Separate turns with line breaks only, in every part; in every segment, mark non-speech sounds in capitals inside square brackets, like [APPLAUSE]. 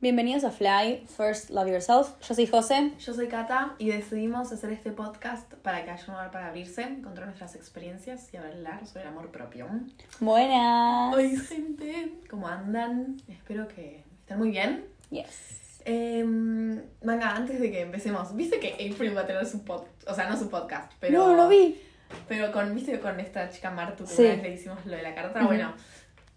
Bienvenidos a Fly, First Love Yourself. Yo soy José.
Yo soy Cata y decidimos hacer este podcast para que haya un lugar para abrirse, encontrar nuestras experiencias y hablar sobre el amor propio.
Buenas.
Hoy gente, ¿cómo andan? Espero que estén muy bien.
Yes.
Eh, manga, antes de que empecemos, ¿viste que April va a tener su podcast? O sea, no su podcast, pero...
No, lo vi.
Pero con, ¿viste con esta chica Martu que
Sí.
una vez le hicimos lo de la carta?
Ujú.
Bueno,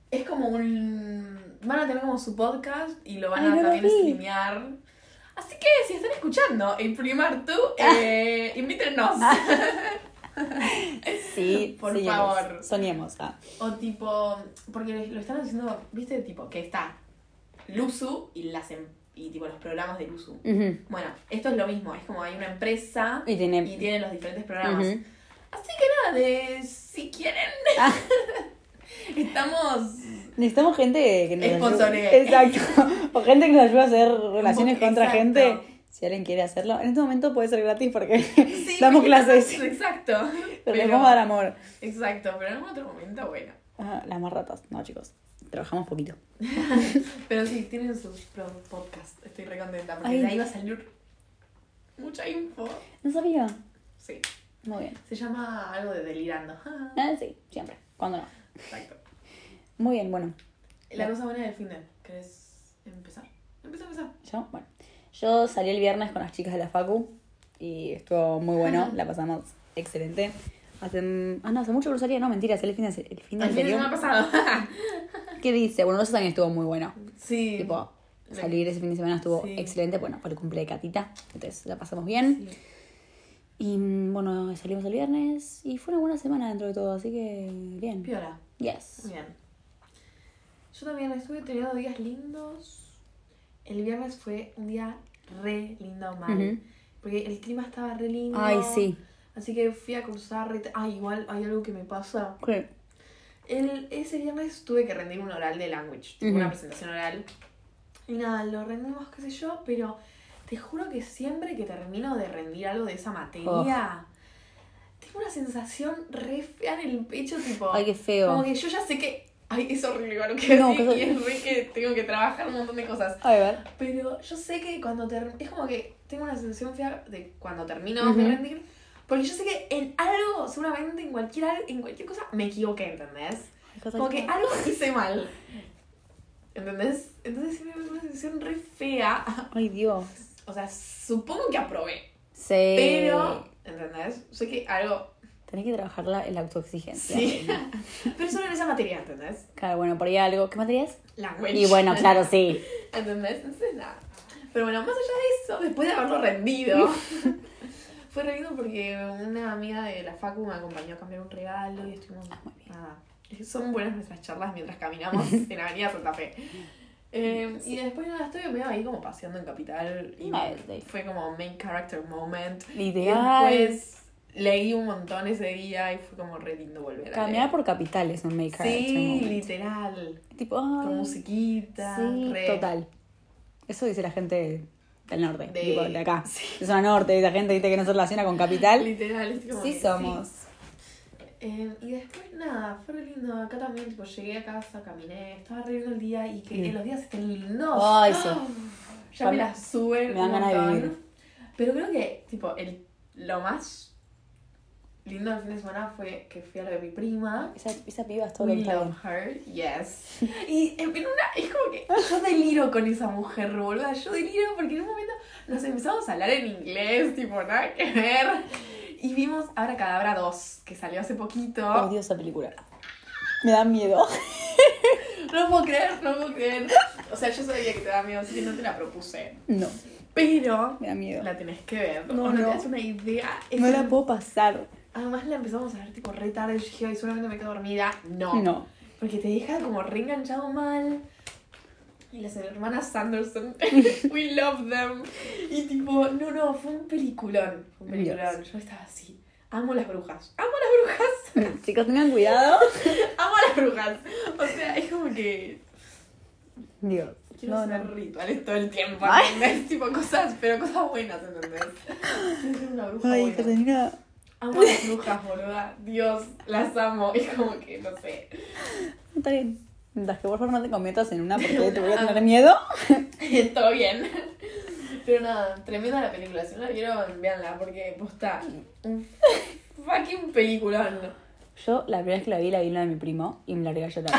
es como un... Van a tener como su podcast y lo van
Ay,
a
no lo
también
vi.
streamear. Así que si están escuchando el primar tú,
Ah.
eh, invítenos.
Sí,
Por
soñemos.
favor.
Soñemos. ah.
O tipo, porque lo están haciendo, viste, tipo, que está Luzu y las em- y tipo los programas de Luzu.
Ujú.
Bueno, esto es lo mismo, es como hay una empresa
Y tiene.
y tienen los diferentes programas.
Em. Ujú.
Así que nada, de si quieren,
Ah.
[LAUGHS] estamos
Necesitamos gente que nos
Esponsoree.
ayude. Exacto. [LAUGHS] O gente que nos ayude a hacer relaciones con otra
Exacto.
gente. Si alguien quiere hacerlo. En este momento puede ser gratis porque
Sí,
[LAUGHS] damos
porque-
clases.
Exacto.
Pero les vamos a dar amor.
Exacto, pero en otro momento, bueno.
Ah, las más ratas. No, chicos. Trabajamos poquito.
Pero sí, tienen sus pro- podcasts. Estoy re contenta porque
Ay.
de ahí va a salir mucha info.
No sabía.
Sí.
Muy bien.
Se llama algo de delirando. Ah,
Ah, sí, siempre. Cuando no.
Exacto.
Muy bien, bueno.
La cosa buena del fin de. ¿Querés empezar? Empieza, empezar.
Yo, bueno. Yo salí el viernes con las chicas de la Facu y estuvo muy bueno, la pasamos excelente. Hace, ah, no, hace mucho que no salía, no, mentiras, el fin de, el fin de
El fin de semana
anterior.
pasado. [LAUGHS]
¿Qué dice? Bueno, eso también estuvo muy bueno.
sí.
Tipo, salir ese fin de semana estuvo
Sí.
excelente, bueno, por el cumple de Catita, entonces la pasamos bien.
Sí.
Y mm, bueno, salimos el viernes y fue una buena semana dentro de todo, así que bien.
Piola.
Yes.
Bien. Yo también estuve teniendo días lindos. El viernes fue un día re lindo mal.
Ujú.
Porque el clima estaba re lindo.
Ay, sí.
Así que fui a cursar. re- Ay, igual hay algo que me pasa.
Creo.
El, ese viernes tuve que rendir un oral de language, tipo
Ujú.
una presentación oral. Y nada, lo rendimos, qué sé yo, pero te juro que siempre que termino de rendir algo de esa materia, tengo una sensación re fea en el pecho, tipo.
Ay, qué feo.
Como que yo ya sé que. Ay, es horrible igual lo que
No,
decir,
que-
y es re que tengo que trabajar un montón de cosas.
Ay, a ver.
Pero yo sé que cuando termino. Es como que tengo una sensación fea de cuando termino
Ujú.
de rendir. Porque yo sé que en algo, seguramente en cualquier, al- en cualquier cosa, me equivoqué, ¿entendés?
Ay, cosa
Como
que-
que ah, algo hice mal. ¿Entendés? Entonces siempre me da una sensación re fea.
Ay, Dios.
O sea, supongo que aprobé.
Sí.
Pero, ¿entendés? Sé que algo.
Tenés que trabajar la, la autoexigencia.
Sí. pero solo en esa materia, ¿entendés?
Claro, bueno, por ahí algo. ¿Qué materia es?
Language.
Y
[LAUGHS]
bueno, claro, sí.
¿Entendés? Entonces nada. Pero bueno, más allá de eso, después de haberlo
[LAUGHS]
rendido, fue re lindo porque una amiga de la Facu me acompañó a cambiar un regalo y estuvimos.
Ah, muy bien.
Nada. Son buenas nuestras charlas
[LAUGHS]
mientras caminamos en Avenida Santa Fe. Eh, Y después nada, estuve medio ahí como paseando en Capital y
Ah, sí.
fue como main character moment. Y
Ideal.
después leí un montón ese día y fue como re lindo volver a
Caminar por capital es un make
leer. Eh, Sí, literal.
Tipo,
Con
ay,
musiquita.
sí,
re-
total. Eso dice la gente del norte,
De-
tipo, de acá.
sí.
Es una norte, la gente viste que no se relaciona con capital.
Literal, es como
Sí
que
somos.
Eh, y después nada, fue re lindo. Acá también, tipo, llegué a casa, caminé, estaba re lindo el día y que
Mm.
los días estén lindos.
Ay, sí.
¡Ah! Ya
Pa-
me las suben.
me dan
un
ganas de
montón.
vivir.
Pero creo que, tipo, el, lo más lindo del fin de semana fue que fui a lo de mi prima.
Esa, esa piba es todo lo
We
que está
love
bien.
her,
[LAUGHS]
yes. Y en en una, es como que yo deliro con esa mujer, boluda. Yo deliro porque en un momento nos empezamos a hablar en inglés, tipo, nada que ver. Y vimos Abra Cadabra 2, que salió hace poquito.
Odio esa película. Me da miedo. [LAUGHS]
No puedo creer, no puedo creer. O sea, yo sabía que te da miedo, así que no te la propuse.
No,
Pero
me da miedo.
la tenés que ver.
No,
o no,
no.
te das una idea. Es
No la
un-
puedo pasar.
Además la empezamos a ver tipo re tarde. Yo dije, ay, solamente me quedo dormida.
No.
Porque te deja como reenganchado mal. Y las hermanas Sanderson, [LAUGHS] we love them. Y tipo, no, no, fue un peliculón. Fue un peliculón. Yo estaba así. Amo las brujas. Amo las brujas.
Chicos, tengan cuidado.
Amo las brujas. O sea, es como que
Dios.
quiero
No,
hacer
no.
rituales todo el tiempo.
Ay.
¿entendés? [LAUGHS] Tipo cosas, pero cosas buenas, ¿entendés? Quiero ser una bruja
Ay,
buena.
Catalina.
Amo las brujas, boluda. Dios, las amo. Es como que, no sé.
Está bien. Mientras que por favor no te cometas en una porque te voy a
Ah.
tener miedo.
[LAUGHS] Todo bien. Pero nada, tremenda la película. Si no la vieron, véanla porque posta. un [LAUGHS] Fucking peliculón.
Yo la primera vez que la vi, la vi en la de mi primo y me largué a llorar.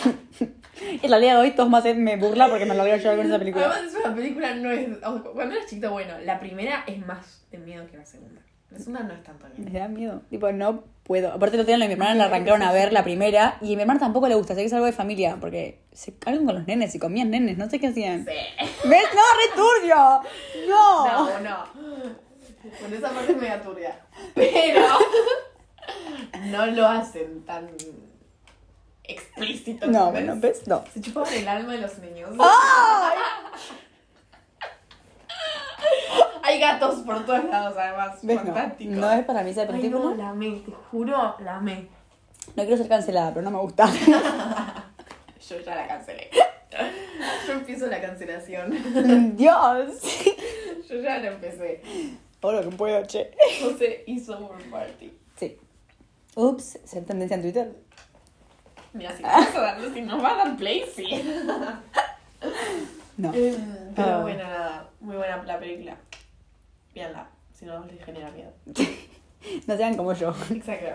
[LAUGHS] y la día de hoy todos más me burla porque me largué a llorar con esa película.
Además, es una película no es. o- Cuando eras chiquito, bueno, la primera es más de miedo que la segunda. La segunda no es tanto miedo.
Me da miedo. Tipo, no puedo. Aparte lo tienen a mi hermana, la arrancaron a ver la primera y a mi hermana tampoco le gusta, sé que es algo de familia porque se cargan con los nenes y comían nenes, no sé qué hacían.
Sí.
¿Ves? No, returbio. No.
No, no.
[LAUGHS]
Con esa parte es media turbia. Pero no lo hacen tan explícito.
No,
¿ves?
bueno, ¿ves? ¡Ah! No.
Se chupaban el alma de los niños. Hay gatos por todos lados, además.
¿Ves? No.
Fantástico.
No es para mí esa
Ay,
película.
no,
no.
la amé, te juro, la amé.
quiero ser cancelada, pero no me gusta. [LAUGHS]
Yo ya la cancelé. Yo empiezo la cancelación.
Dios.
Yo ya la empecé.
Todo lo que puedo, che.
José hizo un party.
Sí. Ups, ser tendencia en Twitter.
Mira, si vamos a darle, si nos va a dar play, sí.
No.
Em, Pero
Ah.
bueno, nada, muy buena la película. Veanla, si no les genera miedo.
No sean como yo.
Exacto.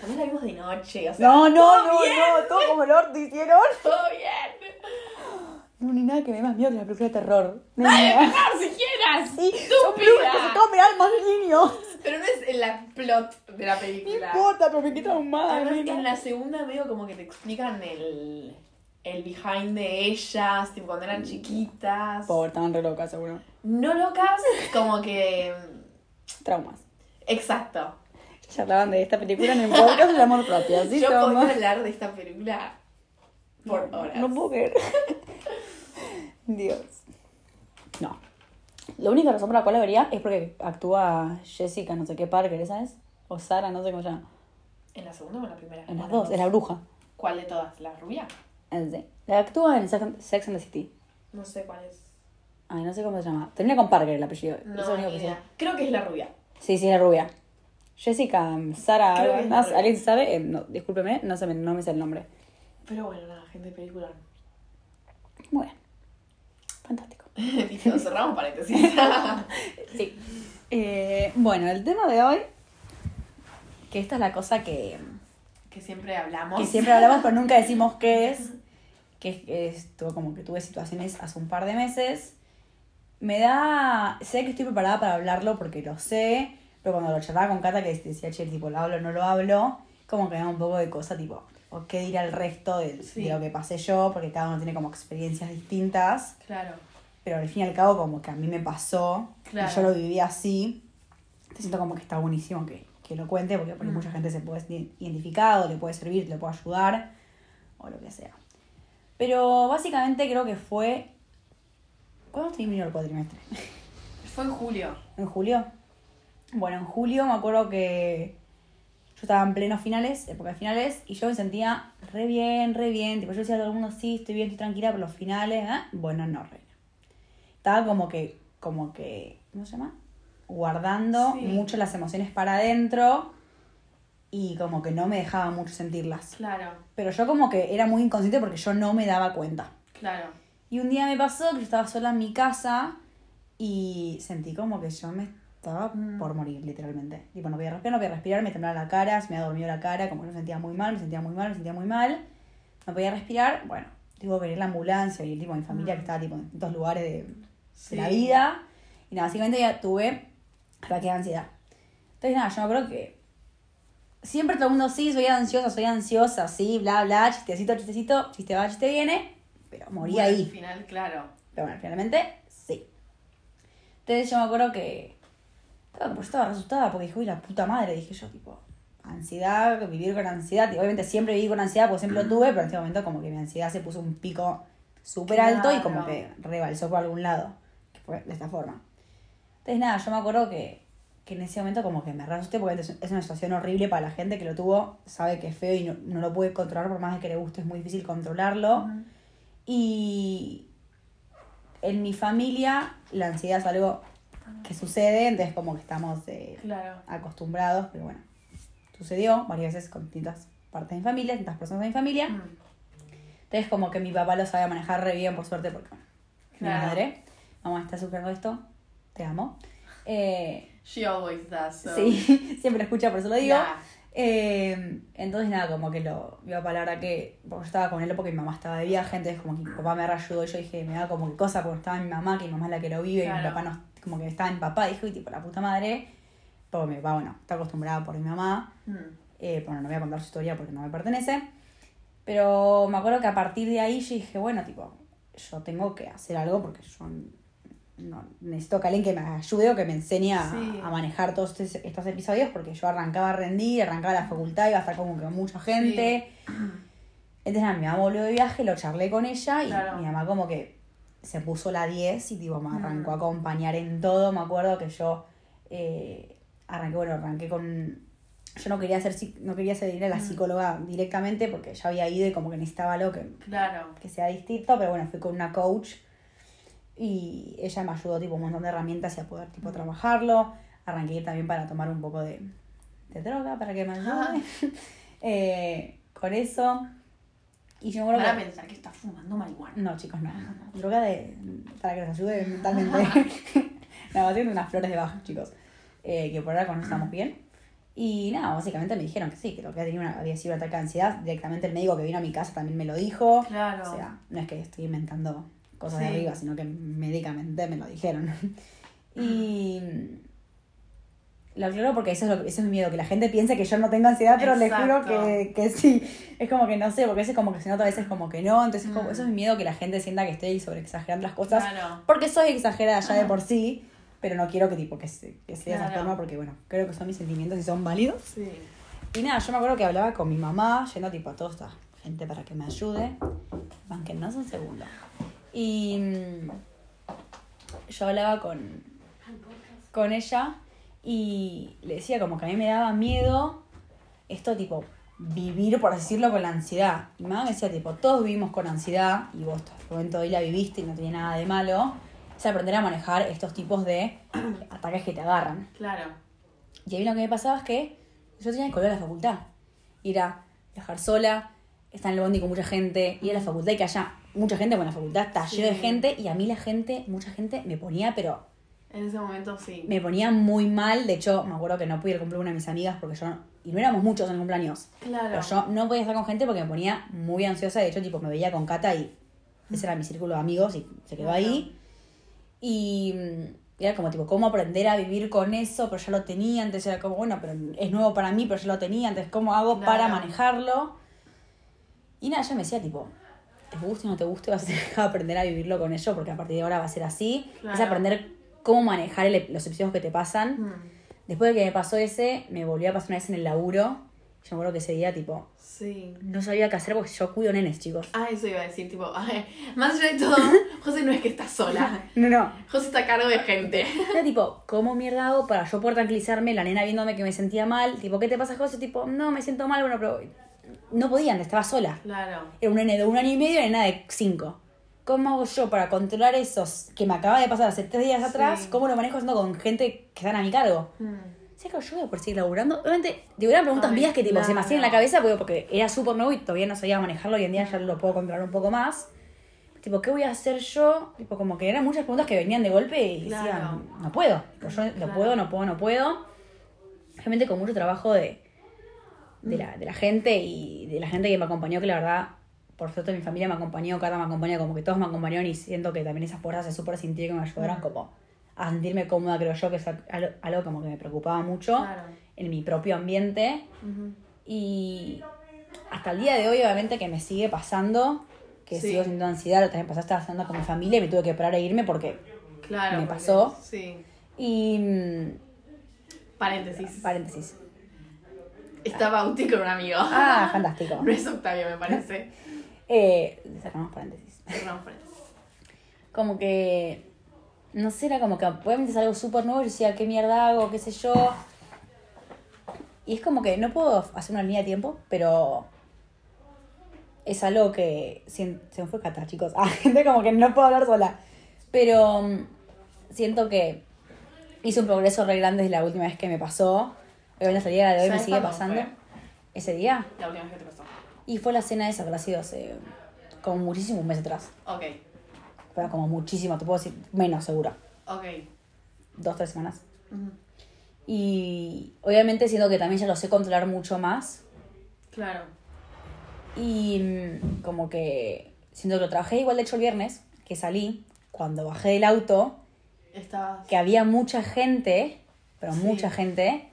También la vimos de noche, o sea.
[LAUGHS] No, no, no,
bien.
no. Todo como el orto hicieron.
¡Todo
[LAUGHS]
bien!
No, ni nada que me dé más miedo que la película de terror. No,
¡Dale,
ni [LAUGHS] nada.
terror Ah, si quieras!
Sí, son
¡Estúpida!
películas que se comen almas de niños.
Pero no es en la plot de la
No
película.
importa, pero me quita un mal.
Además, en la segunda medio como que te explican el, el behind de ellas, tipo cuando
Mm.
eran chiquitas.
Pobre, estaban re locas, seguro.
No locas, como que...
Traumas.
Exacto.
Charlaban de esta película en el podcast del amor propio. Así
Yo
somos.
podría hablar de esta película por horas.
No puedo [LAUGHS] creer. Dios. No. La única razón por la cual la vería es porque actúa Jessica, no sé qué Parker, ¿esa es? O Sara, no sé cómo se llama.
¿En la segunda o en la primera?
En las dos, es la bruja.
¿Cuál de todas? ¿La rubia?
Eh, sí. La actúa en Sex and- Sex and the City.
No sé cuál es.
Ay, no sé cómo se llama. Termina con Parker el apellido.
No,
es lo único
ni
que sé.
idea. Creo que es la rubia.
Sí, sí, es la rubia. Jessica, mm, Sara,
Creo que
algo
es
más.
la rubia.
¿Alguien sabe? Eh, no, discúlpeme, no, se me, no me sé el nombre.
Pero bueno, nada, gente
[LAUGHS]
película.
Muy bien. Fantástico.
Listo, cerramos paréntesis.
[LAUGHS] Sí. Eh, bueno, el tema de hoy, que esta es la cosa que,
que siempre hablamos.
que siempre hablamos pero nunca decimos qué es, que es- que estuvo como que tuve situaciones hace un par de meses. Me da, sé que estoy preparada para hablarlo porque lo sé, pero cuando lo charlaba con Cata que decía, che, tipo, lo hablo, no lo hablo, como que me da un poco de cosa, tipo, o qué dirá el resto del-
Sí.
de lo que pasé yo, porque cada uno tiene como experiencias distintas
Claro.
pero al fin y al cabo como que a mí me pasó
Claro.
y yo lo viví así. Te siento como que está buenísimo que, que lo cuente porque por ahí
Mm.
mucha gente se puede sentir identificado, le puede servir, le puede ayudar o lo que sea. Pero básicamente creo que fue... ¿Cuándo terminó el cuatrimestre?
Fue en julio.
¿En julio? Bueno, en julio me acuerdo que yo estaba en plenos finales, época de finales, y yo me sentía re bien, re bien. Tipo, yo decía a todo el mundo, sí, estoy bien, estoy tranquila, pero los finales, ¿eh? bueno, no, reina. Estaba como que, como que, ¿cómo se llama? Guardando
Sí.
mucho las emociones para adentro y como que no me dejaba mucho sentirlas.
Claro,
Pero yo como que era muy inconsciente porque yo no me daba cuenta.
claro.
Y un día me pasó que yo estaba sola en mi casa y sentí como que yo me estaba
Mm.
por morir, literalmente. Tipo, no podía respirar, no podía respirar, me temblaba la cara, se me había dormido la cara, como que yo me sentía muy mal, me sentía muy mal, me sentía muy mal. No podía respirar, bueno, tuvo que venir la ambulancia y tipo, mi familia
Mm.
que estaba tipo, en distintos lugares de, de
Sí.
la vida. Y nada, básicamente ya tuve ataque de ansiedad. Entonces, nada, yo me acuerdo que siempre todo el mundo, sí, soy ansiosa, soy ansiosa, sí, bla, bla, chistecito, chistecito, chiste va, chiste viene, pero morí
Bueno,
ahí.
Al final, claro.
Pero bueno, finalmente sí. Entonces yo me acuerdo que estaba, como- yo estaba re asustada porque dije, uy, la puta madre, dije yo, tipo, ansiedad, vivir con ansiedad. Y obviamente siempre viví con ansiedad porque siempre lo tuve, pero en este momento como que mi ansiedad se puso un pico súper alto y como
Claro.
que rebalsó por algún lado. Que fue de esta forma. Entonces nada, yo me acuerdo que, que en ese momento como que me re asusté porque es es una situación horrible para la gente que lo tuvo, sabe que es feo y no, no lo puede controlar por más de que le guste, es muy difícil controlarlo. Y en mi familia la ansiedad es algo que sucede, entonces como que estamos eh,
Claro.
acostumbrados, pero bueno, sucedió varias veces con distintas partes de mi familia, distintas personas de mi familia.
Mm.
Entonces, como que mi papá lo sabía manejar re bien, por suerte, porque bueno, mi
Claro.
madre, mamá está sufriendo esto, te amo. Eh,
She always does. So.
Sí, [LAUGHS] siempre escucha, por eso lo digo.
Yeah.
Eh, entonces, nada, como que lo. Yo, palabra que. porque Yo estaba con él porque mi mamá estaba de viaje, entonces, como que mi papá me reayudó y yo dije, me da como que cosa, porque estaba mi mamá, que mi mamá es la que lo vive, y mi
Claro.
papá no. Como que estaba mi papá, dijo, y tipo, la puta madre. Porque mi papá, bueno, está acostumbrada por mi mamá.
Mm.
Eh, bueno, no voy a contar su historia porque no me pertenece. Pero me acuerdo que a partir de ahí yo dije, bueno, tipo, yo tengo que hacer algo porque yo no, necesito que alguien que me ayude o que me enseñe a,
Sí.
a manejar todos estos, estos episodios porque yo arrancaba a rendir, arrancaba la facultad, iba a estar como que mucha gente. Entonces, nada, mi mamá volvió de viaje, lo charlé con ella y
Claro.
mi mamá como que se puso la 10 y tipo, me arrancó a
Mm.
acompañar en todo. Me acuerdo que yo eh, arranqué, bueno, arranqué con... Yo no quería, hacer, psi- no quería hacer ir a la
Mm.
psicóloga directamente porque ya había ido y como que necesitaba algo que,
Claro.
que sea distinto, pero bueno, fui con una coach y ella me ayudó tipo un montón de herramientas y a poder
Mm.
tipo trabajarlo. Arranqué a ir también para tomar un poco de, de droga para que me
Ah.
ayude [LAUGHS] eh, con eso. Y yo me acuerdo
Para
que-
pensar que está fumando marihuana.
No, chicos, no. Droga de, para que nos ayude mentalmente. nada, tiene unas flores de bajo, chicos. eh, que por ahora conocemos bien. Y nada, básicamente me dijeron que sí, que lo que había, tenido una- había sido un ataque de ansiedad. Directamente el médico que vino a mi casa también me lo dijo.
Claro.
Mm. O sea, no es que estoy inventando cosas de
Sí.
arriba, sino que médicamente me lo
[LAUGHS]
dijeron. Y lo aclaro porque eso es, lo, eso es mi miedo, que la gente piense que yo no tengo ansiedad, pero les juro
Exacto.
que, que sí. Es como que no sé, porque a veces como que se nota, a veces como que no. Entonces como-
Mm.
eso es mi miedo, que la gente sienta que estoy sobreexagerando las cosas.
claro.
Porque soy exagerada ya de por sí, pero no quiero que tipo que, se- que sea de esa
Claro.
forma porque bueno, creo que son mis sentimientos y son válidos.
Sí.
Y nada, yo me acuerdo que hablaba con mi mamá, yendo tipo a toda esta gente para que me ayude. Banquennos un segundo. Y mm, yo hablaba con, con ella y le decía como que a mí me daba miedo esto tipo vivir, por decirlo, con la ansiedad. Y mi mamá me decía tipo, todos vivimos con ansiedad y vos hasta el momento de hoy la viviste y no tiene nada de malo. Es aprender a manejar estos tipos de [CLEARS THROAT] ataques que te agarran.
Claro.
Y a mí lo que me pasaba es que yo tenía que volver a la facultad. Ir a viajar sola, estar en el bondi con mucha gente, ir a la facultad y que haya mucha gente, bueno, la facultad está llena de
Sí.
gente y a mí la gente, mucha gente me ponía, pero
En ese momento sí.
me ponía muy mal. De hecho, me acuerdo que no pude ir al cumpleaños de una de mis amigas porque yo, y no éramos muchos en el cumpleaños,
Claro.
pero yo no podía estar con gente porque me ponía muy ansiosa. De hecho, tipo, me veía con Cata y ese era mi círculo de amigos y se quedó ahí. Y, mm, era como, tipo, ¿cómo aprender a vivir con eso? Pero ya lo tenía, antes era como, bueno, pero es nuevo para mí, pero ya lo tenía, antes ¿cómo hago para
Claro.
manejarlo? Y nada, ella me decía, tipo, te guste o no te guste, vas a tener que aprender a vivirlo con ello porque a partir de ahora va a ser así. Es
Claro.
aprender cómo manejar el- los episodios que te pasan.
Mm.
Después de que me pasó ese, me volvió a pasar una vez en el laburo. Yo me acuerdo que ese día, tipo,
Sí.
no sabía qué hacer porque yo cuido nenes, chicos.
Ah, eso iba a decir, tipo, [LAUGHS] ay, más allá de
[LAUGHS]
todo, José no es que está sola.
No, no.
José está a cargo de gente.
Era tipo, ¿cómo mierda hago para yo poder tranquilizarme? La nena viéndome que me sentía mal. Tipo, ¿qué te pasa, José? Tipo, no, me siento mal, bueno, pero... No podían, estaba sola.
Claro.
Era un nene de un año y medio y una nena de cinco. ¿Cómo hago yo para controlar esos que me acaba de pasar hace tres días atrás?
Sí.
¿Cómo lo manejo haciendo con gente que están a mi cargo?
Mm.
¿Sabes que yo voy a por seguir laburando? Obviamente, digo, eran preguntas
Ay,
mías que tipo, se me hacían en la
claro.
cabeza porque- porque era súper nuevo y todavía no sabía manejarlo. Hoy en día ya lo puedo controlar un poco más. Tipo, ¿qué voy a hacer yo? Tipo, como que eran muchas preguntas que venían de golpe y
Claro.
decían, no puedo. Tipo, yo no
Claro.
puedo, no puedo, no puedo. Realmente con mucho trabajo de, de, la, de la gente y de la gente que me acompañó, que la verdad, por suerte mi familia me acompañó, Cata me acompañó, como que todos me acompañaron y siento que también esas fuerzas se súper sintieron que me ayudaron como a sentirme cómoda, creo yo, que es al- algo como que me preocupaba mucho
Claro.
en mi propio ambiente.
Ujú.
Y hasta el día de hoy, obviamente, que me sigue pasando, que
Sí.
sigo sintiendo ansiedad, lo que me pasó, estaba haciendo con mi familia y me tuve que parar a irme porque...
Claro.
Me
porque-
pasó.
Sí.
Y... mm,
Paréntesis.
Paréntesis.
Está Bauti con un
[LAUGHS]
amigo.
Ah, fantástico.
No es Octavio, me parece. [LAUGHS]
Eh, cerramos paréntesis.
Cerramos paréntesis.
Como que... No sé, era como que obviamente es algo súper nuevo, yo decía, ¿qué mierda hago? ¿Qué sé yo? Y es como que no puedo hacer una línea de tiempo, pero... Es algo que... sien- Se me fue Cata, chicos. [LAUGHS] Ah, gente como que no puedo hablar sola. Pero mm, siento que hice un progreso re grande desde la última vez que me pasó. Obviamente hasta el día de hoy me
¿Sabes
sigue
cuándo
pasando.
fue?
¿Ese día?
La última vez que te pasó.
Y fue la cena esa, que habrá sido hace como muchísimo un mes atrás.
Ok,
Pero como muchísimo, te puedo decir menos seguro.
ok.
Dos, tres semanas.
Ujú.
Y obviamente siento que también ya lo sé controlar mucho más.
Claro.
Y mm, como que siento que lo trabajé igual, de hecho, el viernes, que salí, cuando bajé del auto,
Estabas.
que había mucha gente, pero
Sí.
mucha gente,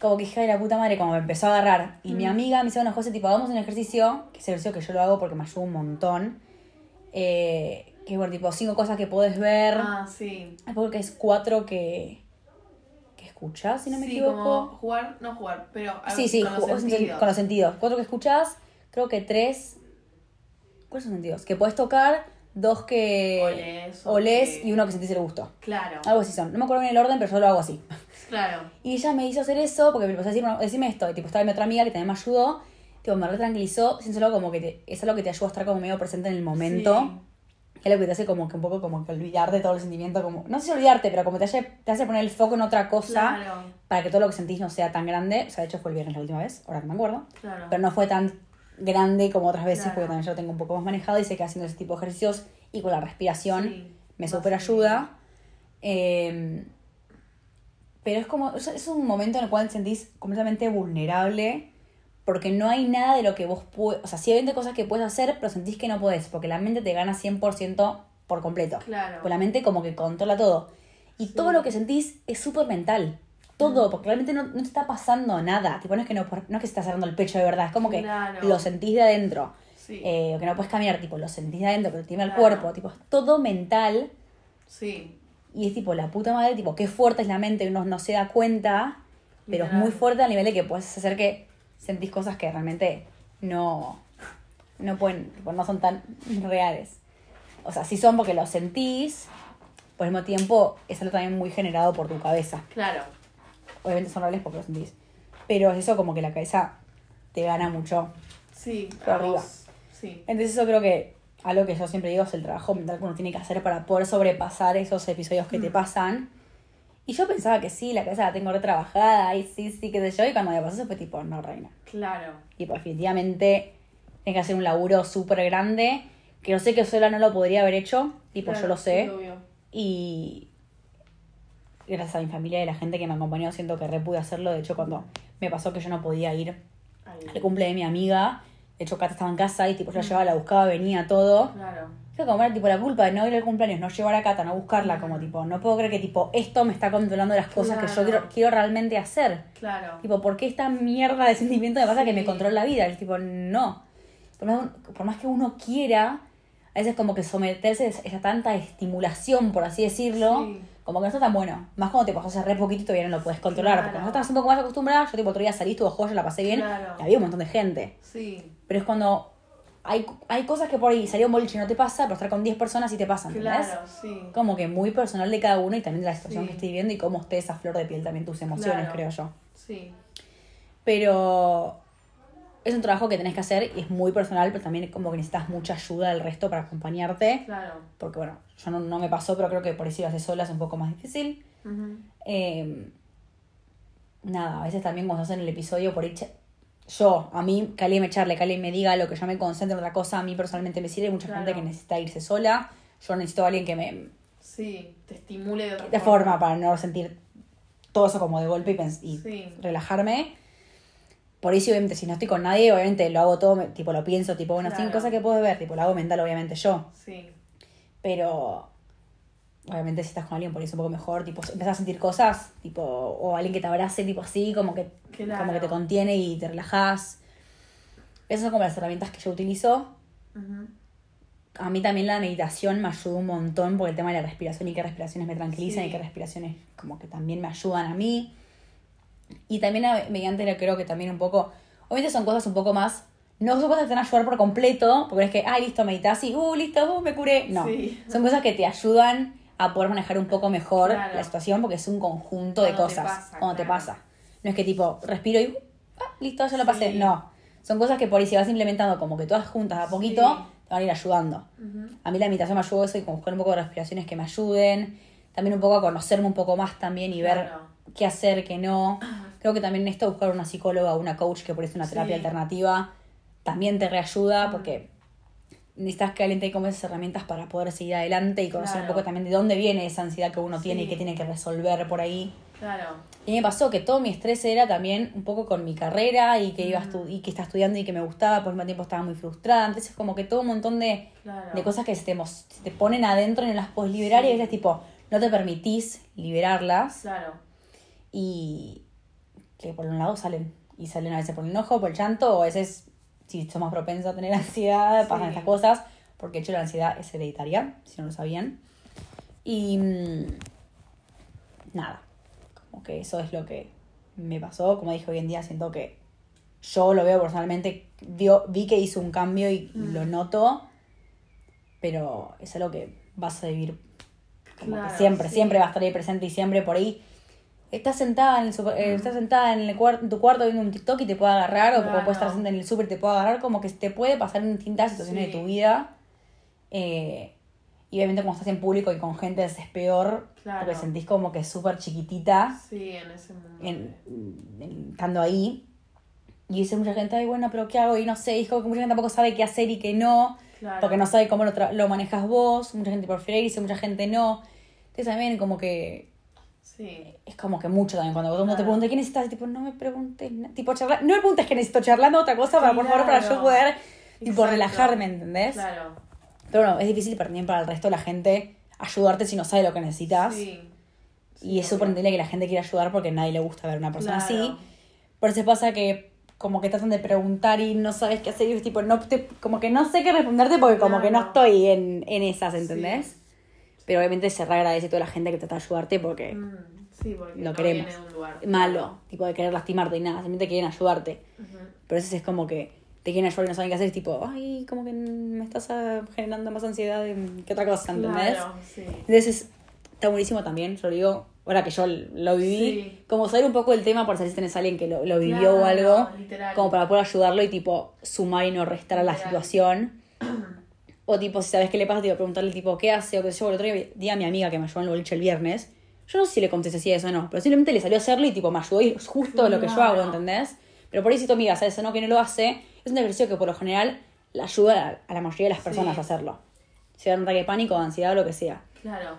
como que hija de la puta madre, como me empezó a agarrar. Y
Mm.
mi amiga me hizo una cosa tipo, hagamos un ejercicio, que es el ejercicio que yo lo hago porque me ayuda un montón. eh, que bueno, tipo, cinco cosas que podés ver.
Ah, sí.
Porque es cuatro que, que escuchás, si no me
sí,
equivoco.
Como jugar, no jugar, pero a-
Sí, sí,
con
ju-
los
con,
sentidos.
los sentidos. Cuatro que escuchás, creo que tres. ¿Cuáles son los sentidos? Que podés tocar, dos que
Olés, o
olés
que-
eh, y uno que sentís el gusto.
Claro,
Algo así son. No me acuerdo bien el orden, pero yo lo hago así.
claro.
Y ella me hizo hacer eso porque me empezó a decir, bueno, decime esto. Y tipo, estaba mi otra amiga que también me ayudó. Tipo, me re tranquilizó. Siento algo como que te- es algo que te ayuda a estar como medio presente en el momento. Es lo que te hace como que un poco como que olvidarte todo el sentimiento. como No sé si olvidarte, pero como te hace, te hace poner el foco en otra
Sí,
cosa
claro,
para que todo lo que sentís no sea tan grande. O sea, de hecho fue el viernes la última vez, ahora que me acuerdo.
claro.
Pero no fue tan grande como otras veces,
Claro.
porque también yo lo tengo un poco más manejado y sé que haciendo ese tipo de ejercicios y con la respiración
Sí,
me
vas
super ayuda. Eh, pero es como, es- es un momento en el cual te sentís completamente vulnerable. Porque no hay nada de lo que vos puedes... O sea, sí hay 20 cosas que puedes hacer, pero sentís que no podés. Porque la mente te gana 100% por completo.
Claro.
Pues la mente como que controla todo. Y todo lo que sentís es súper mental.
Mm.
Todo, porque realmente no, no te está pasando nada. Tipo, no es que no, por- no es que se está cerrando el pecho de verdad, es como que
Claro.
lo sentís de adentro.
Sí,
Eh, que no puedes caminar, tipo, lo sentís de adentro, pero te tiembla el
Claro.
cuerpo. Tipo, es todo mental.
sí.
Y es tipo, la puta madre, tipo, qué fuerte es la mente, uno no se da cuenta, pero es
Literal.
muy fuerte al nivel de que puedes hacer que sentís cosas que realmente no, no pueden, tipo, no son tan reales. O sea, sí son porque lo sentís, por el mismo tiempo es algo también muy generado por tu cabeza.
Claro,
Obviamente son reales porque lo sentís. Pero es eso como que la cabeza te gana mucho.
sí.
Por
a vos,
arriba.
Sí,
Entonces eso creo que algo que yo siempre digo es el trabajo mental que uno tiene que hacer para poder sobrepasar esos episodios que te pasan. Y yo pensaba que sí, la cabeza la tengo retrabajada, y sí, sí, qué sé yo, y cuando me pasó eso fue tipo, no, reina.
claro.
Y pues definitivamente tengo que hacer un laburo súper grande, que yo sé que sola no lo podría haber hecho, tipo,
Claro,
pues yo lo sé.
sí, obvio.
Y gracias a mi familia y a la gente que me acompañó, siento que re pude hacerlo. De hecho, cuando me pasó que yo no podía ir
Ahí.
al cumple de mi amiga, de hecho, Cata estaba en casa y tipo, yo la llevaba, la buscaba, venía, todo.
Claro,
Creo que como era tipo la culpa de no ir al cumpleaños, no llevar a Cata, no buscarla, como tipo, no puedo creer que tipo esto me está controlando las cosas que yo
Claro.
quiero, quiero realmente hacer.
claro.
Tipo, ¿por qué esta mierda de sentimiento me pasa que me
Sí.
controla la vida? Es tipo, no. Por más, por más que uno quiera, a veces como que someterse a esa tanta estimulación, por así decirlo,
Sí.
como que no está tan bueno. Más cuando te pasó hace re poquito y todavía no lo puedes controlar. Porque
Claro.
cuando estás un poco más acostumbrada, yo tipo otro día salí, estuvo joya, la pasé bien,
Claro.
y había un montón de gente.
Sí,
Pero es cuando hay, hay cosas que por ahí salió un boliche y no te pasa, pero estar con 10 personas y te pasan, ¿entendés?
claro, sí.
Como que muy personal de cada uno y también de la situación
Sí.
que estoy viviendo y cómo estés a flor de piel también tus emociones,
Claro.
creo yo.
Sí,
Pero es un trabajo que tenés que hacer y es muy personal, pero también como que necesitas mucha ayuda del resto para acompañarte.
claro.
Porque bueno, yo no, no me pasó, pero creo que por eso lo haces sola es un poco más difícil.
Ujú.
Eh, nada, a veces también cuando hacen el episodio por ahí che- yo, a mí, que alguien me charle, que alguien me diga lo que yo me concentro en otra cosa, a mí personalmente me sirve. Hay mucha gente
Claro.
que necesita irse sola. Yo necesito a alguien que me
Sí, te estimule de otra
de forma para no sentir todo eso como de golpe y, pens- y
Sí.
relajarme. Por eso, obviamente, si no estoy con nadie, obviamente lo hago todo, me- tipo, lo pienso, tipo, bueno,
Claro.
sin cosas que puedo ver, tipo, lo hago mental, obviamente, yo.
Sí,
Pero obviamente si estás con alguien por ahí es un poco mejor, tipo, empezás a sentir cosas, tipo, o alguien que te abrace, tipo así, como que,
Claro.
como que te contiene y te relajás. Esas son como las herramientas que yo utilizo.
Ujú.
A mí también la meditación me ayuda un montón por el tema de la respiración y qué respiraciones me tranquilizan
Sí.
y qué respiraciones como que también me ayudan a mí. Y también a- mediante la creo que también un poco, obviamente son cosas un poco más, no son cosas que te van a ayudar por completo, porque es que, ah, listo, meditas y, uh, listo, uh, me curé. No,
Sí.
son cosas que te ayudan a poder manejar un poco mejor
Claro.
la situación porque es un conjunto de
Cuando te
cosas
pasa,
cuando te
claro.
pasa. No es que tipo, respiro y, uh, ah, listo, ya lo pasé.
Sí.
No, son cosas que por ahí si vas implementando como que todas juntas a poquito,
Sí.
te van a ir ayudando.
Ujú.
A mí la meditación me ayudó eso y como buscar un poco de respiraciones que me ayuden. También un poco a conocerme un poco más también y ver
Claro.
qué hacer, qué no. Creo que también esto, buscar una psicóloga o una coach que por eso una terapia
Sí.
alternativa, también te reayuda porque necesitas que alguien te dé como esas herramientas para poder seguir adelante y conocer un
Claro.
poco también de dónde viene esa ansiedad que uno tiene y
Sí.
que tiene que resolver por ahí.
Claro.
Y me pasó que todo mi estrés era también un poco con mi carrera y que iba a estu- y que estaba estudiando y que me gustaba, por el mismo tiempo estaba muy frustrada. Entonces como que todo un montón de,
Claro.
de cosas que se te, emo- se te ponen adentro y no las puedes liberar
Sí.
y a veces tipo, no te permitís liberarlas
Claro.
y que por un lado salen. Y salen a veces por el enojo, por el llanto, o a veces si somos propensos a tener [LAUGHS] ansiedad, pasan
Sí.
estas cosas, porque de hecho la ansiedad es hereditaria, si no lo sabían. Y mm, nada, como que eso es lo que me pasó. Como dije hoy en día, siento que yo lo veo personalmente, vio- vi que hizo un cambio y
Mm.
lo noto, pero es algo que vas a vivir como
Claro,
que siempre,
sí.
siempre va a estar ahí presente y siempre por ahí. Estás sentada en, el super- eh, estás sentada en, el cuar- en tu cuarto viendo un TikTok y te puede agarrar, o como
Claro.
puedes estar sentada en el súper y te puede agarrar, como que te puede pasar en distintas situaciones
Sí.
de tu vida. Eh, y obviamente cuando estás en público y con gente es peor,
Claro.
porque sentís como que súper chiquitita
Sí, en ese mundo.
en, en- estando ahí. Y dice mucha gente, ay, bueno, pero ¿qué hago? Y no sé, y es como que mucha gente tampoco sabe qué hacer y qué no,
Claro.
porque no sabe cómo lo, tra- lo manejas vos, mucha gente prefiere irse, mucha gente no. Entonces también como que
Sí.
es como que mucho también cuando todo el mundo te
Claro.
pregunta quién necesitas, tipo, no me preguntes, na- tipo, charla, no me preguntes que necesito charlando otra cosa, para, por favor, para yo
Claro.
poder, tipo,
Exacto.
relajarme, ¿entendés?
Claro.
Pero bueno, es difícil también para el resto de la gente ayudarte si no sabe lo que necesitas.
Sí.
Y es
obvio.
súper entendible que la gente quiera ayudar porque a nadie le gusta ver a una persona
Claro.
así. Por eso pasa que como que tratan de preguntar y no sabes qué hacer y es tipo, no te- como que no sé qué responderte porque como que no
Claro.
estoy en, en esas, ¿entendés?
Sí.
Pero obviamente se reagradece a toda la gente que trata de ayudarte porque
Mm, sí, porque
Lo
no
queremos.
viene de un lugar.
malo, tipo de querer lastimarte y nada, simplemente quieren ayudarte.
Ujú.
Pero a veces es como que te quieren ayudar y no saben qué hacer, es tipo, ay, como que me estás ah, generando más ansiedad em, que otra cosa, ¿entendés?
Claro, sí.
Entonces está buenísimo también, yo lo digo, ahora que yo lo viví,
Sí.
como saber un poco del tema por saber si tenés a alguien que lo, lo vivió
Claro,
o algo,
literal.
como para poder ayudarlo y tipo sumar y no restar a la
Literal. [CLEARS THROAT]
situación. O tipo, si sabes qué le pasa, tipo, preguntarle tipo, ¿qué hace? O qué sé yo, el otro día a mi amiga que me ayudó en el boliche el viernes, yo no sé si le conté si hacía eso o no, pero simplemente le salió a hacerlo y tipo me ayudó y es justo lo que yo hago,
Claro.
¿entendés? Pero por ahí si tu amiga hace eso no, que no lo hace, es un ejercicio que por lo general le ayuda a, a la mayoría de las personas a
Sí.
hacerlo. Si da un ataque de pánico, de ansiedad o lo que sea.
Claro.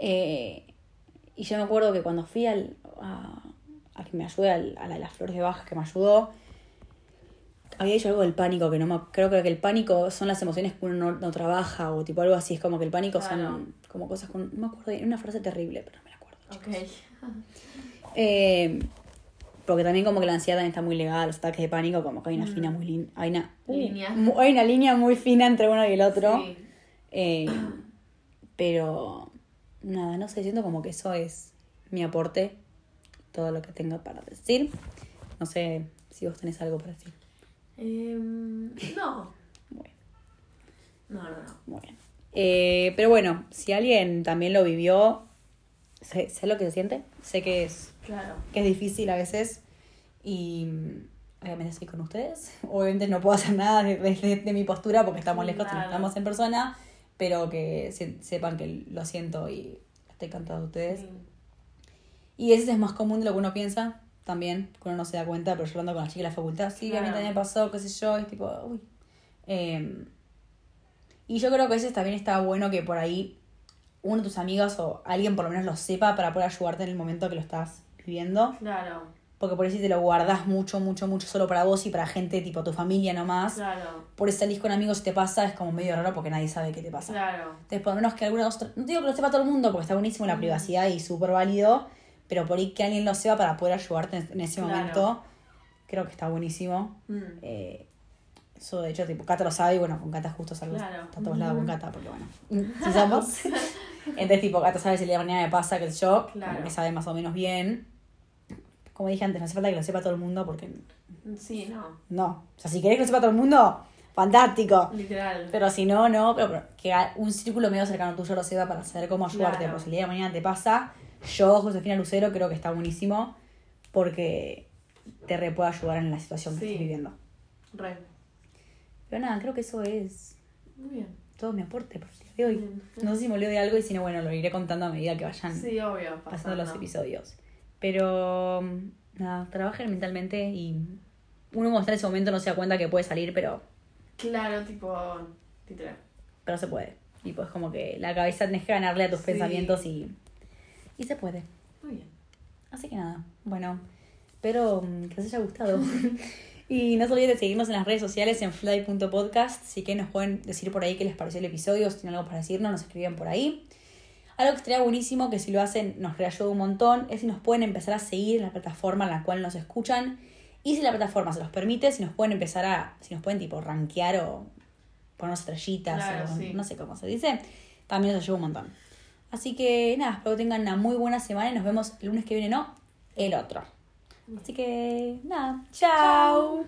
Eh, y yo me acuerdo que cuando fui al, a, a que me ayude al- a la de las flores de baja que me ayudó, había dicho algo del pánico, que no me, creo, creo que el pánico son las emociones que uno no, no trabaja o tipo algo así, es como que el pánico
Claro.
son como cosas con... No me acuerdo, bien, era una frase terrible, pero no me la acuerdo.
Ok.
Eh, porque también como que la ansiedad también está muy legada a los ataques de pánico, como que hay una fina muy lin- hay una,
Mm. Línea.
mu- hay una línea muy fina entre uno y el otro.
Sí.
Eh, pero nada, no sé, siento como que eso es mi aporte, todo lo que tengo para decir. No sé si vos tenés algo para decir.
Em, no.
Bueno,
No, no, no.
muy bien. Eh, pero bueno, si alguien también lo vivió, sé, sé lo que se siente, sé que es,
Claro.
que es difícil a veces y mm, obviamente estoy con ustedes. [LAUGHS] Obviamente no puedo hacer nada de- desde de mi postura porque estamos lejos y no
Claro.
estamos en persona, pero que se- sepan que lo siento y estoy cantada de ustedes.
Sí.
Y ese es más común de lo que uno piensa también, que uno no se da cuenta, pero yo hablando con la chica de la facultad, sí, a mí
Claro.
también me pasó, qué sé yo, es tipo, uy. Eh, y yo creo que a veces también está bueno que por ahí uno de tus amigos o alguien por lo menos lo sepa para poder ayudarte en el momento que lo estás viviendo.
Claro.
Porque por ahí si te lo guardás mucho, mucho, mucho solo para vos y para gente tipo tu familia nomás,
Claro.
por eso salís con amigos y te pasa, es como medio raro porque nadie sabe qué te pasa.
Claro.
Entonces, por lo menos que alguna otra. No digo que lo sepa todo el mundo, porque está buenísimo
Mm.
la privacidad y súper válido, pero por ahí que alguien lo sepa para poder ayudarte en en ese
Claro.
momento, creo que está buenísimo.
Mm.
Eh, eso, de hecho, tipo, Cata lo sabe y bueno, con Cata justo salgo.
Claro.
Está a todos lados con Cata, porque bueno, [LAUGHS] si somos.
[LAUGHS]
Entonces, tipo, Cata sabe si el día de mañana me pasa, que yo,
Claro.
como que sabe más o menos bien. Como dije antes, no hace falta que lo sepa todo el mundo, porque
Sí, no.
no. O sea, si querés que lo sepa todo el mundo, fantástico.
Literal.
Pero si no, no, pero, pero que a- un círculo medio cercano tuyo lo sepa para saber cómo ayudarte.
Claro.
Porque si el día de mañana te pasa, yo, Josefina Lucero, creo que está buenísimo porque te re puede ayudar en la situación que
Sí.
estás viviendo.
Re.
Pero nada, creo que eso es
Muy bien.
todo mi aporte por el día de hoy.
Bien.
No sé si me olvido de algo y si no, bueno, lo iré contando a medida que vayan
Sí, obvio.
pasando los episodios. Pero mm, nada, trabajen mentalmente y uno cuando está en ese momento no se da cuenta que puede salir, pero
Claro, tipo, titular.
Pero se puede. Y pues como que la cabeza tenés que ganarle a tus
Sí.
pensamientos y. Y se puede.
Muy bien.
Así que nada, bueno, espero mm, que les haya gustado. [LAUGHS] y no se olviden de seguirnos en las redes sociales en fly.podcast, así que nos pueden decir por ahí qué les pareció el episodio, si tienen algo para decirnos, nos escriben por ahí. Algo que estaría buenísimo, que si lo hacen nos reayuda un montón, es si nos pueden empezar a seguir en la plataforma en la cual nos escuchan. Y si la plataforma se los permite, si nos pueden empezar a, si nos pueden tipo rankear o poner estrellitas,
Claro,
o
sí.
no sé cómo se dice, también nos ayuda un montón. Así que nada, espero que tengan una muy buena semana y nos vemos el lunes que viene, no, el otro. Así que nada, chao.